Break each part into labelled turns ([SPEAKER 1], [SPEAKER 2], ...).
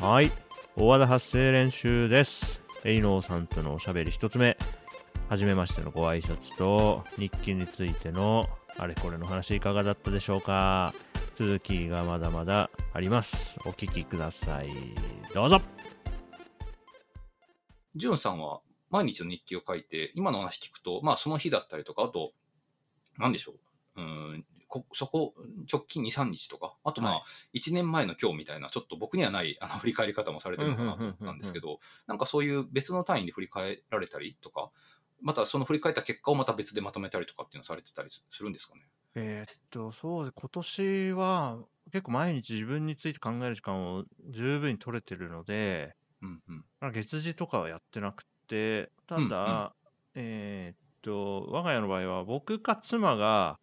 [SPEAKER 1] はい大和田発声練習ですえいのうさんとのおしゃべり一つ目初めましてのご挨拶と日記についてのあれこれの話いかがだったでしょうか続きがまだまだありますお聞きくださいどうぞ
[SPEAKER 2] ジュンさんは毎日の日記を書いて、今の話聞くと、まあその日だったりとか、あと、なんでしょう、うーんこそこ、直近2、3日とか、あとま
[SPEAKER 1] は
[SPEAKER 2] あ1年前の今日みたいな、ちょっと僕にはないあの振り返り方もされてるのかなと思ったんですけど、なんかそういう別の単位で振り返られたりとか、またその振り返った結果をまた別でまとめたりとかっていうのをされてたりするんですかね。
[SPEAKER 1] えーっと、そうです。今年は結構毎日自分について考える時間を十分に取れてるので、
[SPEAKER 2] うんうん。
[SPEAKER 1] まあ月次とかはやってなくて、ただ、
[SPEAKER 2] うんうん
[SPEAKER 1] えーっと、我が家の場合は僕か妻が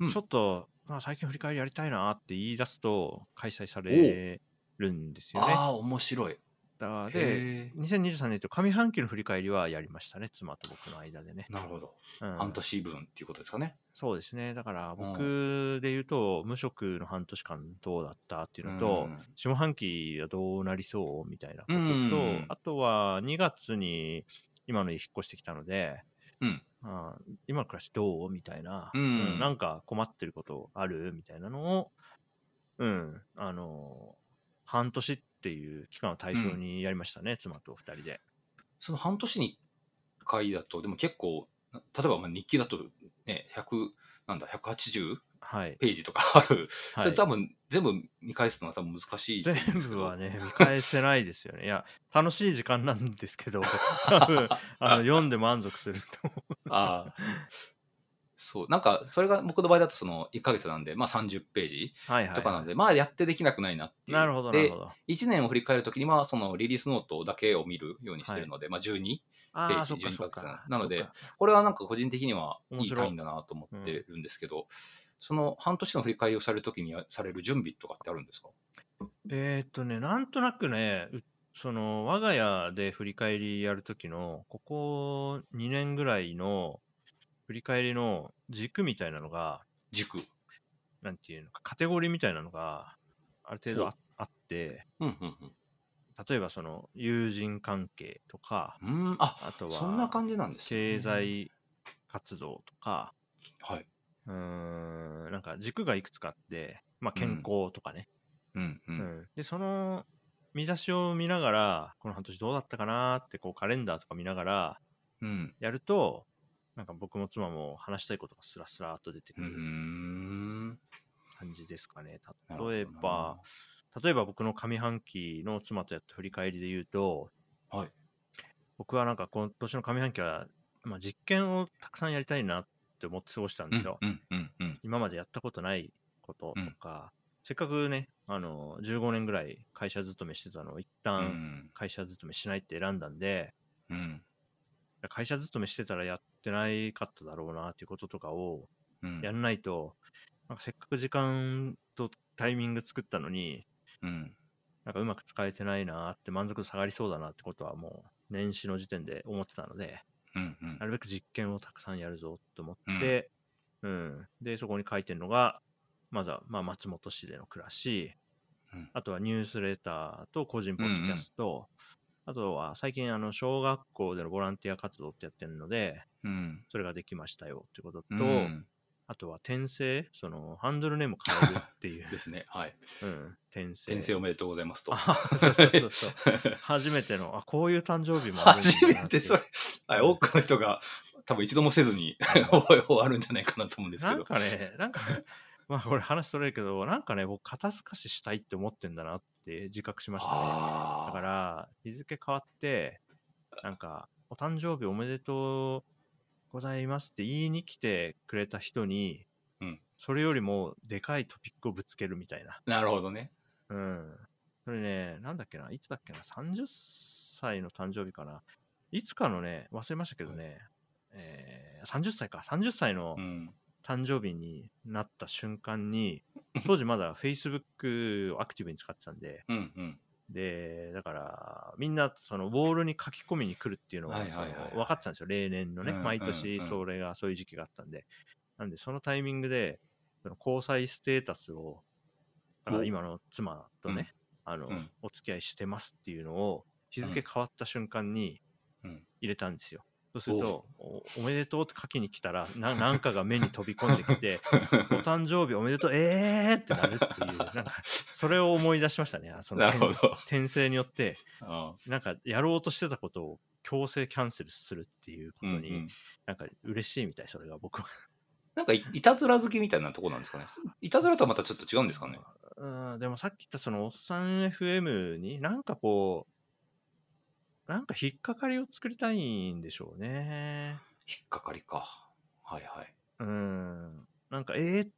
[SPEAKER 2] うん、
[SPEAKER 1] ちょっと、まあ、最近振り返りやりたいなって言い出すと開催されるんですよね。
[SPEAKER 2] あ、面白い。
[SPEAKER 1] だからで、
[SPEAKER 2] で、
[SPEAKER 1] 2023年と上半期の振り返りはやりましたね、妻と僕の間でね。
[SPEAKER 2] なるほど。
[SPEAKER 1] うん
[SPEAKER 2] 半年分っていうことですかね。
[SPEAKER 1] そうですね。だから
[SPEAKER 2] うん
[SPEAKER 1] 僕で言うと、無職の半年間どうだったっていうのと、
[SPEAKER 2] うん
[SPEAKER 1] 下半期はどうなりそうみたいなこ
[SPEAKER 2] うん
[SPEAKER 1] と
[SPEAKER 2] う
[SPEAKER 1] と、
[SPEAKER 2] んうん
[SPEAKER 1] あとは2月に今の家引っ越してきたので、
[SPEAKER 2] うん
[SPEAKER 1] あー今の暮らしどうみたいな、
[SPEAKER 2] うん
[SPEAKER 1] なんか困ってることあるみたいなのを、うん、あのー半年っていう期間を対象にやりましたね、妻と2人で。
[SPEAKER 2] その半年に1回だと、でも結構、例えばまあ日記だとね、100、なんだ、180
[SPEAKER 1] はい。
[SPEAKER 2] ページとか ある。
[SPEAKER 1] はい
[SPEAKER 2] それ多分全部見返すのは多分難しいと
[SPEAKER 1] 全
[SPEAKER 2] 思うんですけ
[SPEAKER 1] 部
[SPEAKER 2] ど。
[SPEAKER 1] は ね見返せないですよねいや楽しい時間なんですけど多分あの読んで満足すると 思う
[SPEAKER 2] ああ。そう。なんか、それが僕の場合だとその1ヶ月なんで、まあ30ページ
[SPEAKER 1] はいはい、
[SPEAKER 2] とかなの
[SPEAKER 1] は
[SPEAKER 2] で、まあやってできなくないなって
[SPEAKER 1] い、
[SPEAKER 2] いう。
[SPEAKER 1] なるほどな
[SPEAKER 2] で
[SPEAKER 1] るほど
[SPEAKER 2] 1年を振り返るときには、そのリリースノートだけを見るようにしてるので、まあ12。
[SPEAKER 1] あ
[SPEAKER 2] ペー
[SPEAKER 1] あ
[SPEAKER 2] ジ
[SPEAKER 1] そっか
[SPEAKER 2] 順
[SPEAKER 1] そっ
[SPEAKER 2] 格
[SPEAKER 1] か
[SPEAKER 2] 差なので
[SPEAKER 1] そっか
[SPEAKER 2] これはなんか個人的には
[SPEAKER 1] 面
[SPEAKER 2] いい
[SPEAKER 1] 白い
[SPEAKER 2] 単位だなと思ってるんですけど、その半年の振り返りをされるときにやされる準備とかってあるんですか
[SPEAKER 1] えーっとねなんとなくねうその我が家で振り返りやる時のここ2年ぐらいの振り返りの軸みたいなのが
[SPEAKER 2] 軸。
[SPEAKER 1] なんていうのかカテゴリーみたいなのがある程度ああって
[SPEAKER 2] うんうんうん
[SPEAKER 1] 例えばその友人関係とか
[SPEAKER 2] うーん。あ、
[SPEAKER 1] あとは
[SPEAKER 2] そんな感じなんですね
[SPEAKER 1] 経。済活動とか、
[SPEAKER 2] はい。
[SPEAKER 1] うーん、なんか軸がいくつかあって、まあ、健康とかね、
[SPEAKER 2] うんう
[SPEAKER 1] うん
[SPEAKER 2] ん。
[SPEAKER 1] でその見出しを見ながらこの半年どうだったかなってこうカレンダーとか見ながら
[SPEAKER 2] うん。
[SPEAKER 1] やるとなんか僕も妻も話したいことがスラスラっと出てく
[SPEAKER 2] うー
[SPEAKER 1] る
[SPEAKER 2] ん。
[SPEAKER 1] 感じですかね、
[SPEAKER 2] なるほどな
[SPEAKER 1] 例えば例えば僕の上半期の妻とやった振り返りで言うと、
[SPEAKER 2] はい
[SPEAKER 1] 僕はなんか今年の上半期は、まあ、実験をたくさんやりたいなって思って過ごしたんですよ、
[SPEAKER 2] うんうんうん
[SPEAKER 1] 今までやったことないこととか、せっかくねあの15年ぐらい会社勤めしてたのを一
[SPEAKER 2] うん。う
[SPEAKER 1] 旦
[SPEAKER 2] ん
[SPEAKER 1] 会社勤めしないって選んだんで、
[SPEAKER 2] うん
[SPEAKER 1] 会社勤めしてたらやってないかっただろうなっていうこととかを
[SPEAKER 2] うん
[SPEAKER 1] やんないと、なんかせっかく時間とタイミング作ったのに
[SPEAKER 2] うん
[SPEAKER 1] なんかうまく使えてないなって満足度下がりそうだなってことはもう年始の時点で思ってたので
[SPEAKER 2] うんうん
[SPEAKER 1] なるべく実験をたくさんやるぞと思って、うんでそこに書いてるのがまずは、まあ、松本市での暮らし、
[SPEAKER 2] うん
[SPEAKER 1] あとはニュースレターと個人ポッドキャスト、あとは最近あの小学校でのボランティア活動ってやってるので
[SPEAKER 2] うん
[SPEAKER 1] それができましたよってことと、
[SPEAKER 2] うん、
[SPEAKER 1] あとは転生そのハンドルネーム変えるっていう
[SPEAKER 2] ですね。はい。
[SPEAKER 1] うん、転生
[SPEAKER 2] 転生おめでとうございますと。
[SPEAKER 1] あそうそうそう そう初めてのあこういう誕生日もあるんだな
[SPEAKER 2] 初め
[SPEAKER 1] って
[SPEAKER 2] それ、はい、多くの人が多分一度もせずに 終わるんじゃないかなと思うんですけ
[SPEAKER 1] なん
[SPEAKER 2] ど。
[SPEAKER 1] かね、なんか、 まあこれ話取れるけど、なんかね、僕、肩透かししたいって思ってんだなって自覚しましたね。
[SPEAKER 2] あ
[SPEAKER 1] だ
[SPEAKER 2] あ
[SPEAKER 1] から、日付変わって、なんか、お誕生日おめでとうございますって言いに来てくれた人に、
[SPEAKER 2] うん
[SPEAKER 1] それよりもでかいトピックをぶつけるみたいな。
[SPEAKER 2] なるほどね。
[SPEAKER 1] うん。それね、なんだっけな、いつだっけな、30歳の誕生日かな。いつかのね、忘れましたけどね、えー30歳か、30歳の、
[SPEAKER 2] うん。
[SPEAKER 1] 誕生日になった瞬間に当時まだ Facebook をアクティブに使ってたんで
[SPEAKER 2] うんうん。
[SPEAKER 1] でだからみんなそのウォールに書き込みに来るっていうの
[SPEAKER 2] は
[SPEAKER 1] が
[SPEAKER 2] い
[SPEAKER 1] そ
[SPEAKER 2] はい
[SPEAKER 1] の
[SPEAKER 2] はいはい
[SPEAKER 1] 分かってたんですよ例年のね
[SPEAKER 2] うん
[SPEAKER 1] 毎
[SPEAKER 2] う
[SPEAKER 1] 年
[SPEAKER 2] んうん
[SPEAKER 1] それがそういう時期があったんでなんでそのタイミングでその交際ステータスをだから
[SPEAKER 2] お
[SPEAKER 1] 今の妻とねあの、
[SPEAKER 2] うん
[SPEAKER 1] お付き合いしてますっていうのを日付変わった瞬間に
[SPEAKER 2] うん
[SPEAKER 1] 入れたんですよ。そうするとお「おめでとう」って書きに来たらななんかが目に飛び込んでき て「お誕生日おめでとうえー!」ってなるっていうなんかそれを思い出しましたねあその
[SPEAKER 2] なる ほど。
[SPEAKER 1] 転生によって
[SPEAKER 2] あ
[SPEAKER 1] なんかやろうとしてたことを強制キャンセルするっていうこ
[SPEAKER 2] ー
[SPEAKER 1] と
[SPEAKER 2] うんう
[SPEAKER 1] に、
[SPEAKER 2] ん
[SPEAKER 1] なんか嬉しいみたいそれが僕は。
[SPEAKER 2] なんかい、いたずら好きみたいなとこなんですかね。いたずらとはまたちょっと違うんですかね。
[SPEAKER 1] うんでもさっき言ったそのおっさん FM になんかこうなんか引っかかりを作りたいんでしょうね。
[SPEAKER 2] 引っかかりか。はいはい。
[SPEAKER 1] うんなんかえー、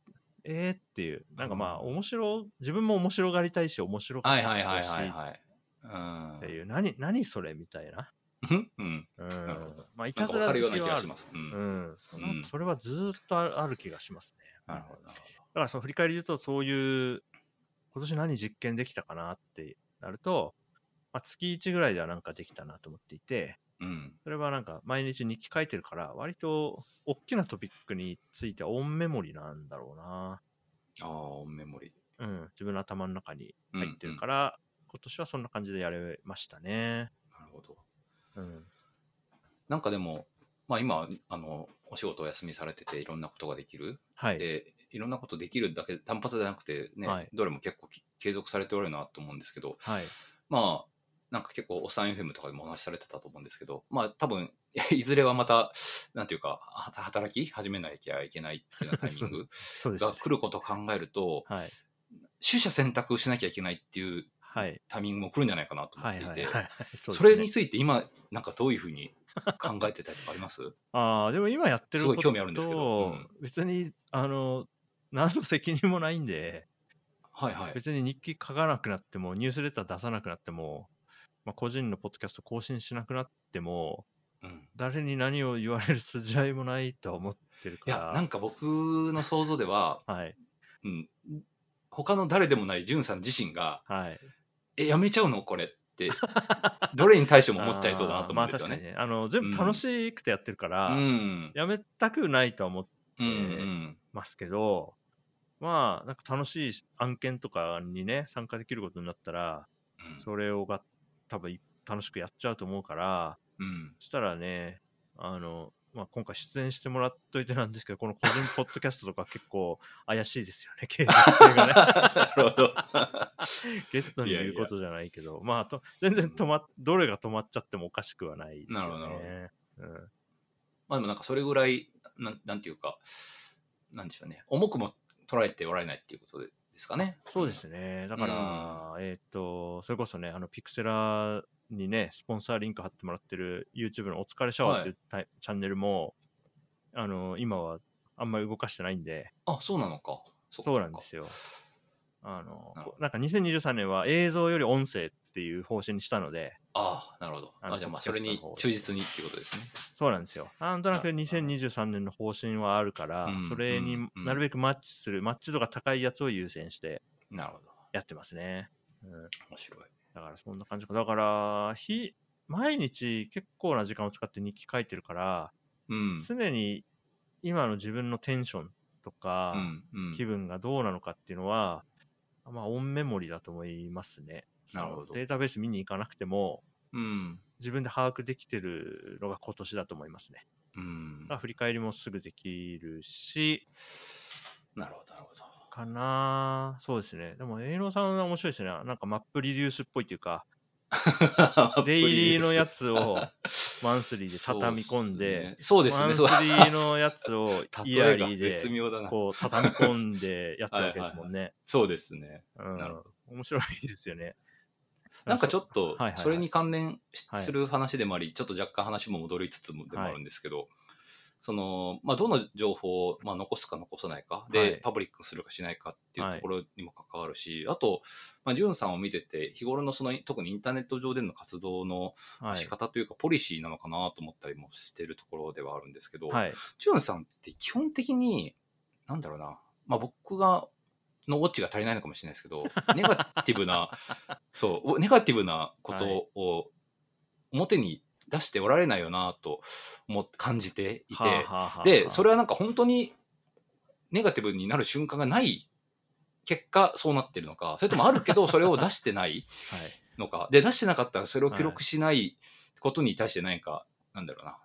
[SPEAKER 1] えー、っていうなんかまあ
[SPEAKER 2] うん
[SPEAKER 1] 面白自分も面白がりたいし面白が
[SPEAKER 2] は
[SPEAKER 1] り
[SPEAKER 2] いはい
[SPEAKER 1] た
[SPEAKER 2] はいい
[SPEAKER 1] し
[SPEAKER 2] はい
[SPEAKER 1] っ
[SPEAKER 2] はい。う
[SPEAKER 1] て
[SPEAKER 2] ん
[SPEAKER 1] いう何何それみたいな。
[SPEAKER 2] うん。うん。
[SPEAKER 1] うん
[SPEAKER 2] なるほど
[SPEAKER 1] まあい
[SPEAKER 2] な
[SPEAKER 1] た
[SPEAKER 2] んか
[SPEAKER 1] ずら
[SPEAKER 2] わか
[SPEAKER 1] 好き
[SPEAKER 2] るよ
[SPEAKER 1] は
[SPEAKER 2] うな気が
[SPEAKER 1] あ
[SPEAKER 2] し
[SPEAKER 1] る
[SPEAKER 2] ます。う。
[SPEAKER 1] うんん、そ
[SPEAKER 2] うん
[SPEAKER 1] それはずーっとあある気がしますね。
[SPEAKER 2] なるほどなる
[SPEAKER 1] だからその振り返りで言うと、そういう、今年何実験できたかなってなると、まあ、月1ぐらいではなんかできたなと思っていて、
[SPEAKER 2] ほど。うん。
[SPEAKER 1] それはなんか毎日日記書いてるから、割と大きなトピックについてはオンメモリなんだろうな。
[SPEAKER 2] ああ、オンメモリ。
[SPEAKER 1] うん、自分の頭の中に
[SPEAKER 2] うん。
[SPEAKER 1] 入ってるからら、今年はそんな感じでやれましたね。
[SPEAKER 2] うんなるほど。
[SPEAKER 1] うん。
[SPEAKER 2] なんかでも、まあ今、あの、お仕事お休みされてて、いろんなことができる。
[SPEAKER 1] はい。
[SPEAKER 2] で、いろんなことできるだけ、単発じゃなくて、ね、
[SPEAKER 1] はい
[SPEAKER 2] どれも結構き継続されておるなと思うんですけど、
[SPEAKER 1] はい。
[SPEAKER 2] まあ、なんか結構、おっさん FM とかでもお話しされてたと思うんですけど、まあ、多分 いずれはまた、なんていうか、はた働き始めなきゃいけないっていうようなタイミン
[SPEAKER 1] そうで
[SPEAKER 2] グ
[SPEAKER 1] す
[SPEAKER 2] が。来ることを考えると、
[SPEAKER 1] はい。
[SPEAKER 2] 取捨選択しなきゃいけないっていう
[SPEAKER 1] はい。
[SPEAKER 2] タイミングも来るんじゃないかなと思
[SPEAKER 1] は
[SPEAKER 2] ってい
[SPEAKER 1] い。
[SPEAKER 2] て、
[SPEAKER 1] はい。はい。
[SPEAKER 2] そう
[SPEAKER 1] です
[SPEAKER 2] れについて今、なんかどういうふうに考えてたりとかあります
[SPEAKER 1] ああ、でも今やってる
[SPEAKER 2] すごい
[SPEAKER 1] こと
[SPEAKER 2] 興味あるんですけどうん
[SPEAKER 1] 別に、あの、何の責任もないんで、
[SPEAKER 2] はいはい。
[SPEAKER 1] 別に日記書かなくなっても、ニュースレター出さなくなっても、まあ、個人のポッドキャスト更新しなくなっても、
[SPEAKER 2] うん
[SPEAKER 1] 誰に何を言われる筋合いもないとは思ってる
[SPEAKER 2] い
[SPEAKER 1] か
[SPEAKER 2] や、な
[SPEAKER 1] ら
[SPEAKER 2] ん、か僕の想像で は、
[SPEAKER 1] はい、
[SPEAKER 2] うん、他の誰でもないジュンさん自身が、
[SPEAKER 1] はい。
[SPEAKER 2] え、やめちゃうのこ れって、どれに対しても思っちゃいそうだなと思うんですよ
[SPEAKER 1] あーまあ確
[SPEAKER 2] ね。
[SPEAKER 1] かにね、あの、全部楽しくてやってるから、
[SPEAKER 2] うん。
[SPEAKER 1] やめたくないとは思って
[SPEAKER 2] うんうん。
[SPEAKER 1] ますけど、まあ、なんか楽しい案件とかにね、参加できることになったら、
[SPEAKER 2] うん
[SPEAKER 1] それをが多分楽しくやっちゃうと思うから、
[SPEAKER 2] うん。
[SPEAKER 1] そしたらね、あの、まあ、今回出演してもらっといてなんですけど、この個人ポッドキャストとか結構怪しいですよ ね、継続性がね。
[SPEAKER 2] なる ほど。
[SPEAKER 1] ゲストに言うことじゃないけど、まあと、全然止まっ、どれが止まっちゃってもおかしくはないですよ
[SPEAKER 2] なるほど
[SPEAKER 1] ね。うん
[SPEAKER 2] まあでもなんかそれぐらい、なんなんていうか、なんでしょうね。重くも捉えておられないっていうことでですかね。
[SPEAKER 1] そうですね。だから、えーっと、それこそね、あの、ピクセラにね、スポンサーリンク貼ってもらってる YouTube のお疲れシャワーっていうタイチャンネルも、あの、今はあんまり動かしてないんで、
[SPEAKER 2] あ、そうなのか。そっか
[SPEAKER 1] そうなんですよ。あの
[SPEAKER 2] なるほど
[SPEAKER 1] なんか2023年は映像より音声っていう方針にしたので、
[SPEAKER 2] ああ、なるほど。
[SPEAKER 1] あの
[SPEAKER 2] あじゃあまあ
[SPEAKER 1] ポ
[SPEAKER 2] そ
[SPEAKER 1] ッド
[SPEAKER 2] れ
[SPEAKER 1] キャス
[SPEAKER 2] に
[SPEAKER 1] トの方で
[SPEAKER 2] 忠実にっていうことですね。
[SPEAKER 1] そうなんですよ。なんとなく
[SPEAKER 2] なるほど
[SPEAKER 1] 2023年の方針はあるから
[SPEAKER 2] うん、
[SPEAKER 1] それ
[SPEAKER 2] う
[SPEAKER 1] に
[SPEAKER 2] んうん
[SPEAKER 1] なるべくマッチする、マッチ度が高いやつを優先して
[SPEAKER 2] なるほど。
[SPEAKER 1] やってますね。うん、
[SPEAKER 2] 面白い。
[SPEAKER 1] だからそんな感じか。だから、日、毎日結構な時間を使って日記書いてるから、
[SPEAKER 2] うん。
[SPEAKER 1] 常に今の自分のテンションとか、
[SPEAKER 2] うんうん
[SPEAKER 1] 気分がどうなのかっていうのは、まあ、オンメモリだと思いますね。
[SPEAKER 2] なるほど
[SPEAKER 1] そのデータベース見に行かなくても、
[SPEAKER 2] うん。
[SPEAKER 1] 自分で把握できてるのが今年だと思いますね。
[SPEAKER 2] うん。
[SPEAKER 1] まあ振り返りもすぐできるし、
[SPEAKER 2] なるほど、なるほど。
[SPEAKER 1] かなそうですね。でも、営農さんは面白いですね。なんかマップリデュースっぽいっていうか、 デイリーのやつ をマンスリーで畳み込んで、
[SPEAKER 2] そうですね、そう
[SPEAKER 1] マン
[SPEAKER 2] で
[SPEAKER 1] スリーのやつを
[SPEAKER 2] す ね。
[SPEAKER 1] イヤ
[SPEAKER 2] 例えが
[SPEAKER 1] リー
[SPEAKER 2] 絶
[SPEAKER 1] で、
[SPEAKER 2] 妙だな。
[SPEAKER 1] こう、畳み込んでやったわけですもんね。
[SPEAKER 2] そうですね。
[SPEAKER 1] うん
[SPEAKER 2] なるほ
[SPEAKER 1] 面白いですよね。
[SPEAKER 2] なんかちょ
[SPEAKER 1] っ
[SPEAKER 2] っ
[SPEAKER 1] はい
[SPEAKER 2] と
[SPEAKER 1] はい、
[SPEAKER 2] それに関連し
[SPEAKER 1] はい
[SPEAKER 2] する話でもあり、ちょっと若干話も戻りつつもでもあるんですけど、その、まあ、どの情報を、まあ、残すか残さないか、で、
[SPEAKER 1] はい
[SPEAKER 2] パブリックするかしないかっていう
[SPEAKER 1] はい
[SPEAKER 2] ところにも関わるし、あと、まあ、ジュンさんを見てて、日頃のその、特にインターネット上での活動の
[SPEAKER 1] とはい
[SPEAKER 2] 仕方というか、ポリシーなのかなと思ったりもしてるところではあるんですけど、
[SPEAKER 1] はい。
[SPEAKER 2] チューンさんって基本的に、なんだろうな、まあ僕が、のウォッチが足りないのかもしれないです けど、ネガティブな、そう、おネガティブなことを表に出しておられないよなと思っ感じていて、
[SPEAKER 1] はあはあはあ
[SPEAKER 2] で、それ
[SPEAKER 1] は
[SPEAKER 2] はなんか本当にネガティブになる瞬間がない結果そうなってるのか、それともあるけどそれを出してないのか、で、出してなかったらそれを記録しないことに対して何か、なんだろうな。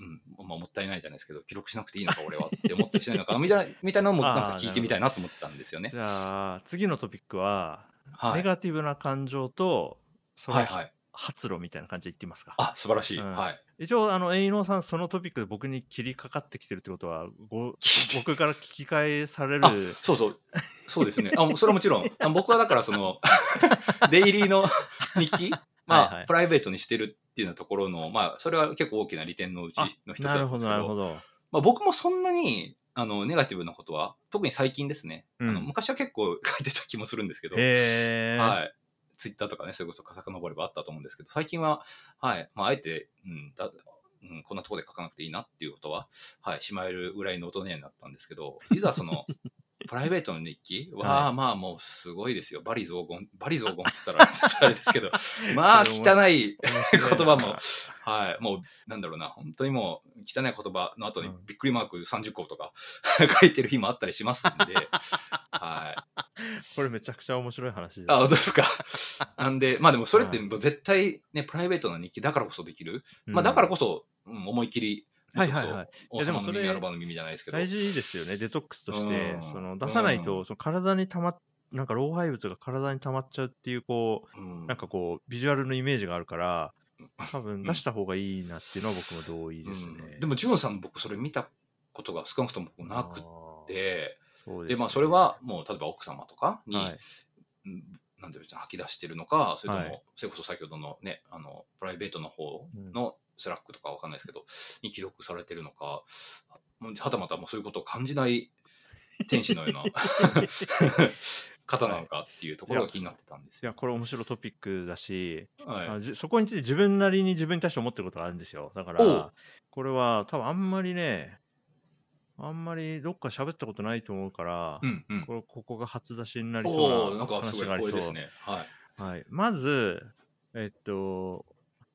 [SPEAKER 2] うん、まあ、もったいないじゃないですけど、記録しなくていいのか、俺はって思ったりしない のか、みたいな、みたいなのもなんか聞いてみたいなと思ったんですよね。
[SPEAKER 1] じゃあ次のトピックは、
[SPEAKER 2] は
[SPEAKER 1] ネ
[SPEAKER 2] い。
[SPEAKER 1] ガティブな感情とそ
[SPEAKER 2] はい
[SPEAKER 1] の
[SPEAKER 2] はい。
[SPEAKER 1] 発露みたいな感じで言ってみますか、
[SPEAKER 2] あ、素晴らしい。
[SPEAKER 1] うん
[SPEAKER 2] はい。
[SPEAKER 1] 一応あの栄能さんそのトピックで僕に切りかかってきてるってことは ご僕から聞き返される
[SPEAKER 2] あそうそう。そうですね。あ、もうそれはもちろん。あ僕はだからその、 デイリーの 日記まあ、
[SPEAKER 1] はいはい
[SPEAKER 2] プライベートにしてるっていうようなところの、まあ、それは結構大きな利点のうちの一つ
[SPEAKER 1] な
[SPEAKER 2] だ
[SPEAKER 1] る
[SPEAKER 2] ったん
[SPEAKER 1] ほ
[SPEAKER 2] です
[SPEAKER 1] ど
[SPEAKER 2] け
[SPEAKER 1] な
[SPEAKER 2] ど、
[SPEAKER 1] るほど
[SPEAKER 2] まあ、僕もそんなに、あの、ネガティブなことは、特に最近ですね。
[SPEAKER 1] うん
[SPEAKER 2] あの昔は結構 書いてた気もするんですけど、
[SPEAKER 1] へえ、
[SPEAKER 2] はい。ツイッターとかね、それこそカサカのぼればあったと思うんですけど、最近は、はい。まあ、あえて、うん、だうん、こんなところで書かなくていいなっていうことは、はい、しまえるぐらいの大人になったんですけど、いざ その、プライベートの日記は、
[SPEAKER 1] は
[SPEAKER 2] まあもうすごいですよ。バリ雑言、バリ雑言って言ったら、 ちょっとあれですけど、まあ汚い、
[SPEAKER 1] 面
[SPEAKER 2] 言
[SPEAKER 1] 白いな
[SPEAKER 2] 葉も、はい、もう、なんだろうな、本当にもう、汚い言葉の後に
[SPEAKER 1] うん
[SPEAKER 2] びっくりマーク30個とか 書いてる日もあったりしますんで、はい。
[SPEAKER 1] これめちゃくちゃ面白い話です
[SPEAKER 2] あ、どうですか。なんで、まあでもそれって
[SPEAKER 1] は
[SPEAKER 2] もう絶対ね、プライベートな日記だからこそできる。まあだからこそ、うん、思い切り、
[SPEAKER 1] はいはいはい
[SPEAKER 2] そ
[SPEAKER 1] い
[SPEAKER 2] れこ
[SPEAKER 1] やで
[SPEAKER 2] そ王
[SPEAKER 1] も
[SPEAKER 2] 様
[SPEAKER 1] そ
[SPEAKER 2] の
[SPEAKER 1] れ
[SPEAKER 2] 耳、アルバの耳じゃないですけど。
[SPEAKER 1] 大事ですよねデトックスとして
[SPEAKER 2] うん
[SPEAKER 1] その出さないと、
[SPEAKER 2] うん
[SPEAKER 1] その体にたまなんか老廃物が体に溜まっちゃうっていうこう
[SPEAKER 2] うん
[SPEAKER 1] なんかこうビジュアルのイメージがあるから多
[SPEAKER 2] ん
[SPEAKER 1] 分出した方がいいなっていうのは僕も同意ですね、
[SPEAKER 2] うんでも、ジュンさんの僕、それ見たことが少なくとも僕なくて、
[SPEAKER 1] そう
[SPEAKER 2] で
[SPEAKER 1] ですね
[SPEAKER 2] まあそれはもう、例えば奥様とかに、
[SPEAKER 1] はい
[SPEAKER 2] うんなんていうの吐き出してるのか、それとも、
[SPEAKER 1] はい
[SPEAKER 2] それこそ先ほどのね、あの、プライベートの方のスラックとかわかんないですけど、に記録されてるのか、もうはたまたもうそういうことを感じない天使のよ うな方なのかっていうところが気になってたんです
[SPEAKER 1] い
[SPEAKER 2] よ
[SPEAKER 1] や。これ面白いトピックだし、
[SPEAKER 2] はい
[SPEAKER 1] あのじそこについて自分なりに自分に対して思ってることがあるんですよだか
[SPEAKER 2] おう
[SPEAKER 1] らこれは多分あんまりねあんまりどっか喋ったことないと思うから、
[SPEAKER 2] うんうん。
[SPEAKER 1] これここが初出しになり
[SPEAKER 2] お
[SPEAKER 1] そ
[SPEAKER 2] お
[SPEAKER 1] う
[SPEAKER 2] な
[SPEAKER 1] なん
[SPEAKER 2] かす
[SPEAKER 1] 話
[SPEAKER 2] ごい
[SPEAKER 1] がありそう
[SPEAKER 2] 光栄ですね。はい。
[SPEAKER 1] はい、まずえっと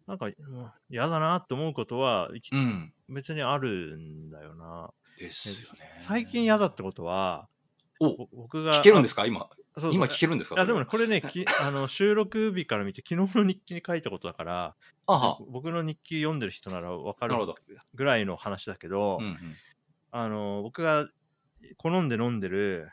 [SPEAKER 1] なんかうん嫌だなと思うことはき
[SPEAKER 2] うん。
[SPEAKER 1] 別にあるんだよな
[SPEAKER 2] ですよね。
[SPEAKER 1] 最近嫌だってことは
[SPEAKER 2] お
[SPEAKER 1] ぼ僕が
[SPEAKER 2] 聞けるんですか今。
[SPEAKER 1] あそうそう
[SPEAKER 2] 今聞けるんですか
[SPEAKER 1] いやでもね
[SPEAKER 2] それ
[SPEAKER 1] これねき あの収録日から見て昨日の日記に書いたことだから
[SPEAKER 2] あは。
[SPEAKER 1] 僕の日記読んでる人なら分かる
[SPEAKER 2] なるほど
[SPEAKER 1] ぐらいの話だけど
[SPEAKER 2] うんうん。
[SPEAKER 1] あの僕が好んで飲んでる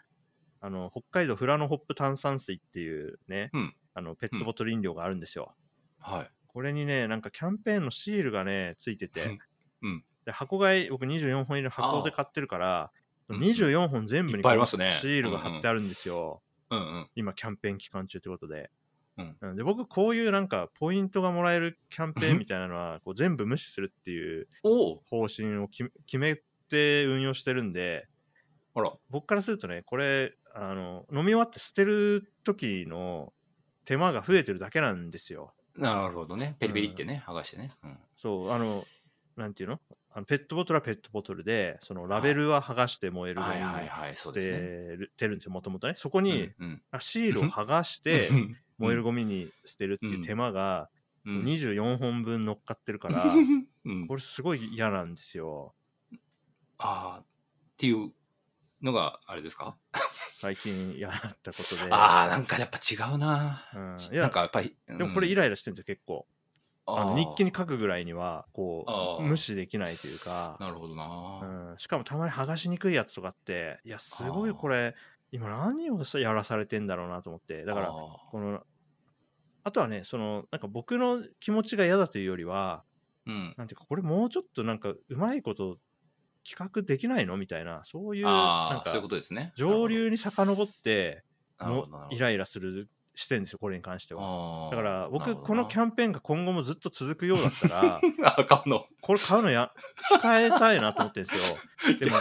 [SPEAKER 1] あの北海道フラノホップ炭酸水っていうね、
[SPEAKER 2] うん
[SPEAKER 1] あのペットボトル飲料があるんですよ、
[SPEAKER 2] はい。
[SPEAKER 1] これにねなんかキャンペーンのシールがねついてて、
[SPEAKER 2] うん
[SPEAKER 1] で箱買い僕24本入りの箱で買ってるから
[SPEAKER 2] あー
[SPEAKER 1] 24本全部
[SPEAKER 2] いっ
[SPEAKER 1] に
[SPEAKER 2] ぱ
[SPEAKER 1] こ
[SPEAKER 2] いあ
[SPEAKER 1] う
[SPEAKER 2] りますね
[SPEAKER 1] シールが貼ってあるんですよ、
[SPEAKER 2] うんうん。
[SPEAKER 1] 今キャンペーン期間中ということで、
[SPEAKER 2] うん
[SPEAKER 1] うんで僕こういうなんかポイントがもらえるキャンペーンみたいなのはこう全部無視するっていう
[SPEAKER 2] おお
[SPEAKER 1] 方針をき決めて運用してるんで
[SPEAKER 2] あら。
[SPEAKER 1] 僕からするとねこれあの飲み終わって捨てる時の手間が増えてるだけなんですよ
[SPEAKER 2] なるほどね。ペリペリってね、剥がしてね。うん
[SPEAKER 1] そうあのなんていうのあのペットボトルはペットボトルでそのラベルは剥がして燃えるゴ
[SPEAKER 2] は
[SPEAKER 1] ミ
[SPEAKER 2] い
[SPEAKER 1] に
[SPEAKER 2] はいはい、そ
[SPEAKER 1] 捨
[SPEAKER 2] う
[SPEAKER 1] て
[SPEAKER 2] ですね。
[SPEAKER 1] るてるんですよもともとねそこに、
[SPEAKER 2] うんうん
[SPEAKER 1] あシールを剥がして
[SPEAKER 2] うん
[SPEAKER 1] 燃えるゴミに捨てるっていう手間が、
[SPEAKER 2] うん
[SPEAKER 1] 24本分乗っかってる から、
[SPEAKER 2] うん
[SPEAKER 1] これすごい嫌なんですよ。
[SPEAKER 2] ああ、っていうのが、あれですか、
[SPEAKER 1] 最近嫌だったことで。
[SPEAKER 2] ああ、なんかやっぱ違うな。
[SPEAKER 1] うんい
[SPEAKER 2] なん
[SPEAKER 1] や
[SPEAKER 2] かやっぱり。うん
[SPEAKER 1] でもこれイライラしてるんですよ、結構。あの
[SPEAKER 2] ー
[SPEAKER 1] 日記に書くぐらいには、こ
[SPEAKER 2] あ
[SPEAKER 1] う、
[SPEAKER 2] ー
[SPEAKER 1] 無視できないというか、
[SPEAKER 2] なるほど
[SPEAKER 1] うん、
[SPEAKER 2] な。
[SPEAKER 1] しかもたまに剥がしにくいやつとかって、いや、すごいこれ、今何をさやらされてんだろうなと思って。だから、
[SPEAKER 2] あ
[SPEAKER 1] この、あとはね、その、なんか僕の気持ちが嫌だというよりは、
[SPEAKER 2] ーうん。
[SPEAKER 1] なんていうか、これもうちょっとなんか、うまいこと企画できないのみたいな、そういう、な
[SPEAKER 2] あ
[SPEAKER 1] ん
[SPEAKER 2] あ、
[SPEAKER 1] か
[SPEAKER 2] そういう、ことですね。
[SPEAKER 1] 上流に遡って
[SPEAKER 2] なるほ
[SPEAKER 1] も
[SPEAKER 2] どなるほど
[SPEAKER 1] イライラするしてんですよこれに関しては
[SPEAKER 2] あー
[SPEAKER 1] だから
[SPEAKER 2] なる
[SPEAKER 1] 僕
[SPEAKER 2] ほどな
[SPEAKER 1] このキャンペーンが今後もずっと続くようだったら
[SPEAKER 2] あ買うの。
[SPEAKER 1] これ買うのや控えたいなと思ってるんです よでも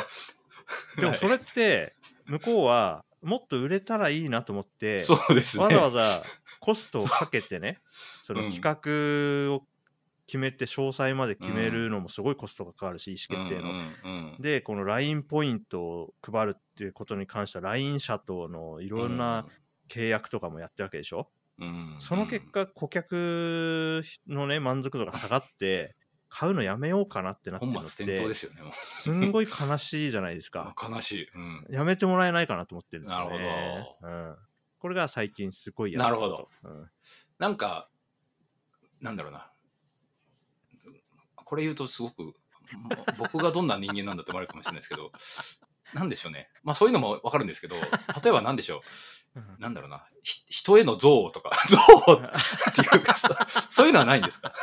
[SPEAKER 1] でもそれって向こうはもっと売れたらいいなと思って
[SPEAKER 2] そうですね。
[SPEAKER 1] わざわざコストをかけて ねそ
[SPEAKER 2] うん
[SPEAKER 1] の企画を決めて詳細まで決めるのもすごいコストがかかるし意思決定の
[SPEAKER 2] うんうんうん
[SPEAKER 1] でこの LINE ポイントを配るっていうことに関しては LINE 社とのいろんな、契約とかもやってるわけでしょ、
[SPEAKER 2] うんうん
[SPEAKER 1] その結果顧客のね満足度が下がって買うのやめようかなってなってるの
[SPEAKER 2] 本
[SPEAKER 1] っ
[SPEAKER 2] 末転倒で
[SPEAKER 1] て
[SPEAKER 2] すよね。も
[SPEAKER 1] すんごい悲しいじゃないですか
[SPEAKER 2] う悲しい。うん。
[SPEAKER 1] やめてもらえないかなと思ってるんですよね
[SPEAKER 2] なるほ
[SPEAKER 1] ど、うん、これが最近すごいやってたと
[SPEAKER 2] なるほ
[SPEAKER 1] うん
[SPEAKER 2] なんか、なんだろうな。これ言うとすごく、ま僕がどんな人間なんだって思われるかもしれないですけど、 なんでしょうね。まあそういうのもわかるんですけど、例えばなんでしょ
[SPEAKER 1] うん
[SPEAKER 2] う。なんだろうな。ひ人への憎悪とか、 憎悪っていうかさ、そういうのはないんですか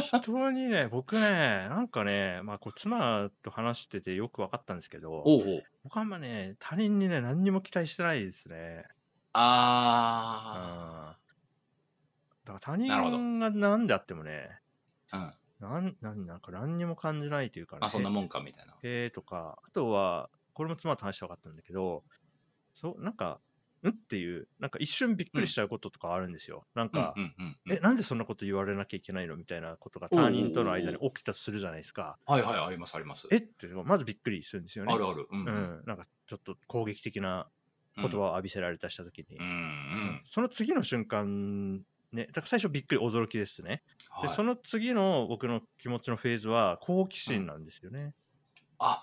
[SPEAKER 1] 人にね僕ねなんかね、まあ、こう妻と話しててよく分かったんですけど
[SPEAKER 2] おうおう。
[SPEAKER 1] 僕あんまね他人にね何にも期待してないですねうん
[SPEAKER 2] あ
[SPEAKER 1] だから他
[SPEAKER 2] なるほど
[SPEAKER 1] 人が何であってもね
[SPEAKER 2] あ、うん。
[SPEAKER 1] なんなんなんか何にも感じないというかね
[SPEAKER 2] まあそんなもんかみたいな。
[SPEAKER 1] へえとかあとはこれも妻と話した分かったんだけどそうなんかんっていうなんか一瞬びっくりしちゃうこととかあるんですよ、なんか、
[SPEAKER 2] うんうんうんうん
[SPEAKER 1] えなんでそんなこと言われなきゃいけないのみたいなことが他人との間に起きたとするじゃないですか
[SPEAKER 2] はいはい、ありますあります。
[SPEAKER 1] えってまずびっくりするんですよね
[SPEAKER 2] あるある。うん。
[SPEAKER 1] う、ん、なんかちょっと攻撃的な言葉を浴びせられたした時に、
[SPEAKER 2] うんうん。
[SPEAKER 1] その次の瞬間ねだから最初びっくり驚きですね、
[SPEAKER 2] はい
[SPEAKER 1] でその次の僕の気持ちのフェーズは好奇心なんですよね、
[SPEAKER 2] あ